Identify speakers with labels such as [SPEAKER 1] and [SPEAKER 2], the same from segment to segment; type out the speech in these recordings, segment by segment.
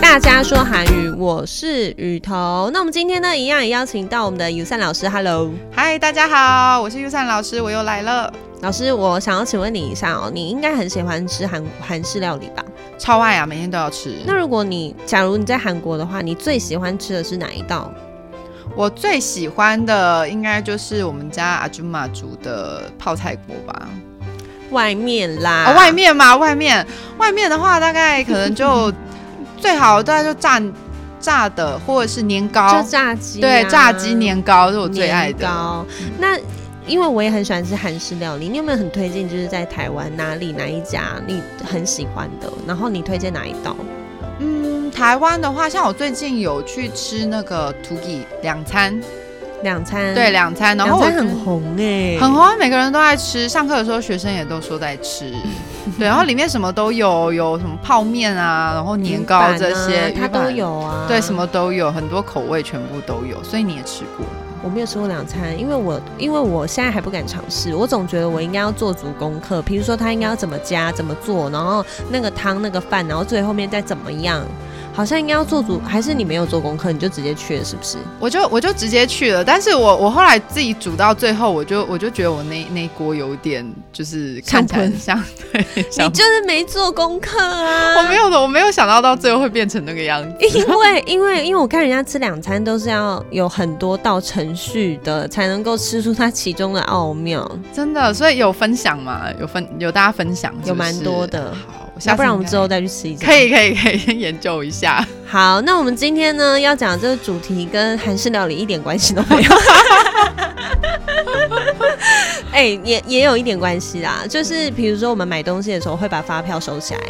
[SPEAKER 1] 大家说韩语，我是雨桐。那我们今天呢，一样也邀请到我们的友善老师，Hello，
[SPEAKER 2] 嗨，大家好，我是优善老师，我又来了，
[SPEAKER 1] 老师，我想要请问你一下哦，你应该很喜欢吃韩韩式料理吧？
[SPEAKER 2] 超爱啊，每天都要吃。
[SPEAKER 1] 那如果你假如你在韩国的话，你最喜欢吃的是哪一道？
[SPEAKER 2] 我最喜欢的应该就是我们家阿朱玛煮的泡菜锅吧、
[SPEAKER 1] 外面啦，
[SPEAKER 2] 啊，外面嘛，外面，外面的话大概可能 就最好大概就炸炸的，或者是年糕
[SPEAKER 1] 就，炸鸡、
[SPEAKER 2] 对，炸鸡年糕是
[SPEAKER 1] 糕
[SPEAKER 2] 我最爱
[SPEAKER 1] 年
[SPEAKER 2] 的。
[SPEAKER 1] 糕。那因为我也很喜欢吃韩式料理，你有没有很推荐？就是在台湾哪里哪一家你很喜欢的？然后你推荐哪一道？
[SPEAKER 2] 嗯，台湾的话，像我最近有去吃那个 Tugi 两餐，
[SPEAKER 1] 两餐
[SPEAKER 2] 对，两餐，然
[SPEAKER 1] 嗯两
[SPEAKER 2] 后我
[SPEAKER 1] 餐
[SPEAKER 2] 觉得
[SPEAKER 1] 很红哎、
[SPEAKER 2] 很红，每个人都爱吃。上课的时候，学生也都说在 吃。对，然后里面什么都有，有什么泡面啊，然后
[SPEAKER 1] 嗯
[SPEAKER 2] 年糕这些，
[SPEAKER 1] 它
[SPEAKER 2] 鱼板
[SPEAKER 1] 都，有啊。
[SPEAKER 2] 对，什？么都有，很多口味全部都有，所以你也吃过。
[SPEAKER 1] 我没有吃过两餐，因为我因为我现在还不敢尝试，我总觉得我应该要做足功课，比如说它应该要怎么加、怎么做，然后那个汤、那个饭，然后最后面再怎么样，好像应该要做足。还是你没有做功课，你就直接去了，是不 是？
[SPEAKER 2] 我就我就直接去了，但是我我后来自己煮到最后，我就我就觉得我那那一锅有点就是看起来很像对，
[SPEAKER 1] 你
[SPEAKER 2] 像
[SPEAKER 1] 就是没做功课啊！
[SPEAKER 2] 我没有的，我没有想到到最后会变成那个样子。
[SPEAKER 1] 因为因为因为我看人家吃两餐都是要有很多道程序的，才能够吃出它其中的奥妙。
[SPEAKER 2] 真的，所以有分享嘛？有分有大家分享是不是
[SPEAKER 1] 有蛮多的
[SPEAKER 2] 好，
[SPEAKER 1] 要
[SPEAKER 2] 下次
[SPEAKER 1] 不然我们
[SPEAKER 2] 应该
[SPEAKER 1] 之后再去吃一次。
[SPEAKER 2] 可以可以可以先研究一下。
[SPEAKER 1] 好，那我们今天呢要讲的这个主题跟韩式料理一点关系都没有。 哎、也也有一点关系啦，就是比如说我们买东西的时候会把发票收起来，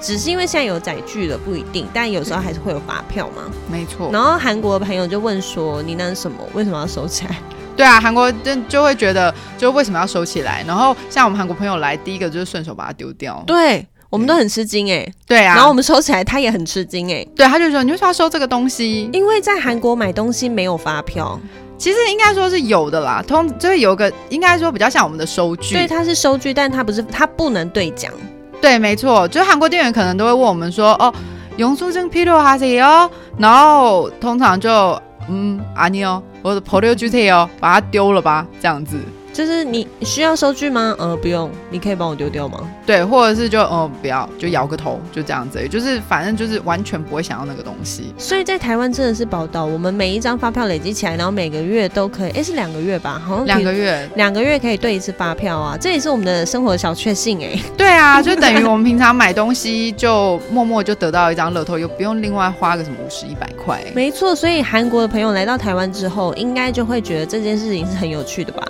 [SPEAKER 1] 只是因为现在有载具了不一定，但有时候还是会有发票嘛。
[SPEAKER 2] 没错，
[SPEAKER 1] 然后韩国的朋友就问说：“你那是什么？为什么要收起来
[SPEAKER 2] 对啊，韩国就就会觉得，就为什么要收起来？然后像我们韩国朋友来，第一个就是顺手把它丢掉？”。
[SPEAKER 1] 对。我们都很吃惊哎、
[SPEAKER 2] 对啊，
[SPEAKER 1] 然后我们收起来，他也很吃惊哎、
[SPEAKER 2] 对他就说，你为什么要收这个东西？
[SPEAKER 1] 因为在韩国买东西没有发票，
[SPEAKER 2] 其实应该说是有的啦，通就是有个应该说比较像我们的收据。
[SPEAKER 1] 对，它是收据，但它不是，它不能兑奖。
[SPEAKER 2] 对没错，就是韩国店员可能都会问我们说，哦，永苏证필요하세요？然哦后通常就嗯아니요，我的 p o l i o 주 t 요，把哦它丢了吧，这样子。
[SPEAKER 1] 就是你需要收据吗？呃，不用，你可以帮我丢掉吗？
[SPEAKER 2] 对，或者是就哦、不要，就摇个头，就这样子而已，就是反正就是完全不会想要那个东西。
[SPEAKER 1] 所以在台湾真的是宝岛，我们每一张发票累积起来，然后每个月都可以，诶，是两个月吧？好像
[SPEAKER 2] 两
[SPEAKER 1] 比
[SPEAKER 2] 个月，
[SPEAKER 1] 两个月可以兑一次发票啊，这也是我们的生活小确幸诶。
[SPEAKER 2] 对啊，就等于我们平常买东西就默默就得到一张乐透，又不用另外花个什么五十一百块。
[SPEAKER 1] 没错，所以韩国的朋友来到台湾之后，应该就会觉得这件事情是很有趣的 吧？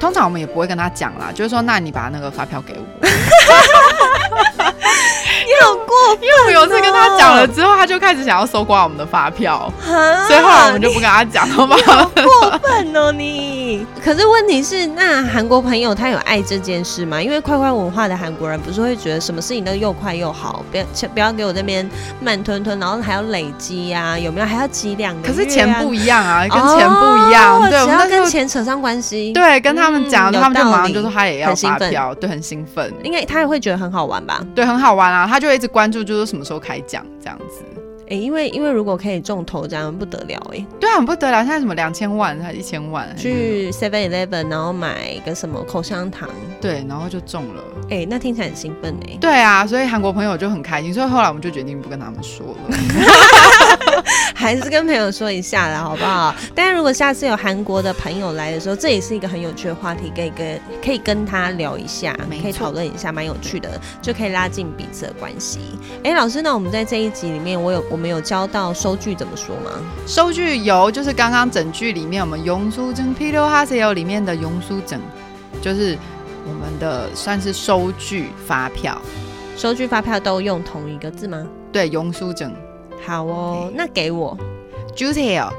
[SPEAKER 2] 通常我们也不会跟他讲啦，就是说，那你把那个发票给 我。
[SPEAKER 1] 你好过分、
[SPEAKER 2] 我有一次跟他讲了之后，他就开始想要搜刮我们的发票，
[SPEAKER 1] 啊
[SPEAKER 2] 所以后来我们就不跟他讲了嘛。
[SPEAKER 1] 过分哦你！可是问题是，那韩国朋友他有爱这件事吗？因为快快文化的韩国人不是会觉得什么事情都又快又好，不要切不要给我这边慢吞吞，然后还要累积呀、有没有？还要积两个、
[SPEAKER 2] 可是钱不一样啊，跟钱不一样，
[SPEAKER 1] 哦
[SPEAKER 2] 对，我
[SPEAKER 1] 只
[SPEAKER 2] 们
[SPEAKER 1] 要
[SPEAKER 2] 那时
[SPEAKER 1] 跟
[SPEAKER 2] 候
[SPEAKER 1] 钱扯上关系，，
[SPEAKER 2] 对跟他们讲，
[SPEAKER 1] 嗯有
[SPEAKER 2] 他们就马
[SPEAKER 1] 道理
[SPEAKER 2] 上就说他也要
[SPEAKER 1] 很兴
[SPEAKER 2] 发
[SPEAKER 1] 奋嗯
[SPEAKER 2] 票，对，很兴奋。
[SPEAKER 1] 应该他也会觉得很好玩吧？
[SPEAKER 2] 对，很好玩啊，他就会一直关注，就是什么时候开奖这样子。
[SPEAKER 1] 诶，因为因为如果可以中头奖不得了诶，
[SPEAKER 2] 对啊，很不得了，现在什么两千万还一千万，
[SPEAKER 1] 哎去 Seven Eleven 然后买个什么口香糖，
[SPEAKER 2] 对，然后就中了。
[SPEAKER 1] 诶，那听起来很兴奋诶。
[SPEAKER 2] 对啊，所以韩国朋友就很开心，所以后来我们就决定不跟他们说了。
[SPEAKER 1] 还是跟朋友说一下啦，好不好？但如果下次有韩国的朋友来的时候，这也是一个很有趣的话题，可以跟可以跟他聊一下
[SPEAKER 2] 没，错
[SPEAKER 1] 可以讨论一下，蛮有趣的，就可以拉近彼此的关系。哎、老师，那我们在这一集里面，我有我们有教到收据怎么说吗？
[SPEAKER 2] 收据由就是刚刚整句里面我们永苏整 P 六哈 C 有里面的永苏整，就是我们的算是收据发票，
[SPEAKER 1] 收据、发票都用同一个字吗？
[SPEAKER 2] 对，永苏整
[SPEAKER 1] 好哦，那给我
[SPEAKER 2] juicy 哦。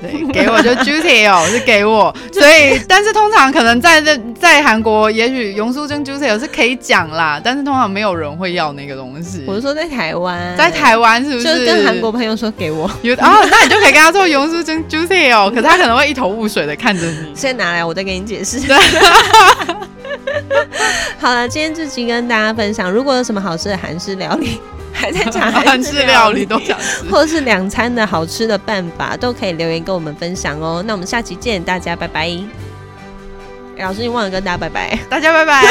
[SPEAKER 2] 对，给我就 juicy 哦，是给我，所以但是通常可能在在在韩国，也许永苏珍 juicy 哦是可以讲啦，但是通常没有人会要那个东西。
[SPEAKER 1] 我是说在台湾，
[SPEAKER 2] 嗯在台湾是不？
[SPEAKER 1] 就是是跟韩国朋友说给我，
[SPEAKER 2] 有哦，那你就可以跟他说永叔真 juicy 哦，可是他可能会一头雾水的看 着你。
[SPEAKER 1] 先拿来，我再给你解释。 好了，今天这集跟大家分享，如果有什么好吃的韩式料理， 还在讲
[SPEAKER 2] 韩
[SPEAKER 1] 韩
[SPEAKER 2] 式
[SPEAKER 1] 式
[SPEAKER 2] 料
[SPEAKER 1] 料
[SPEAKER 2] 理
[SPEAKER 1] 理，
[SPEAKER 2] 都想 吃。
[SPEAKER 1] 或者是两餐的好吃的办法，都可以留言跟我们分享哦。那我们下期见，大家拜拜。哎老师，你忘了跟大家拜拜。
[SPEAKER 2] 大家拜拜。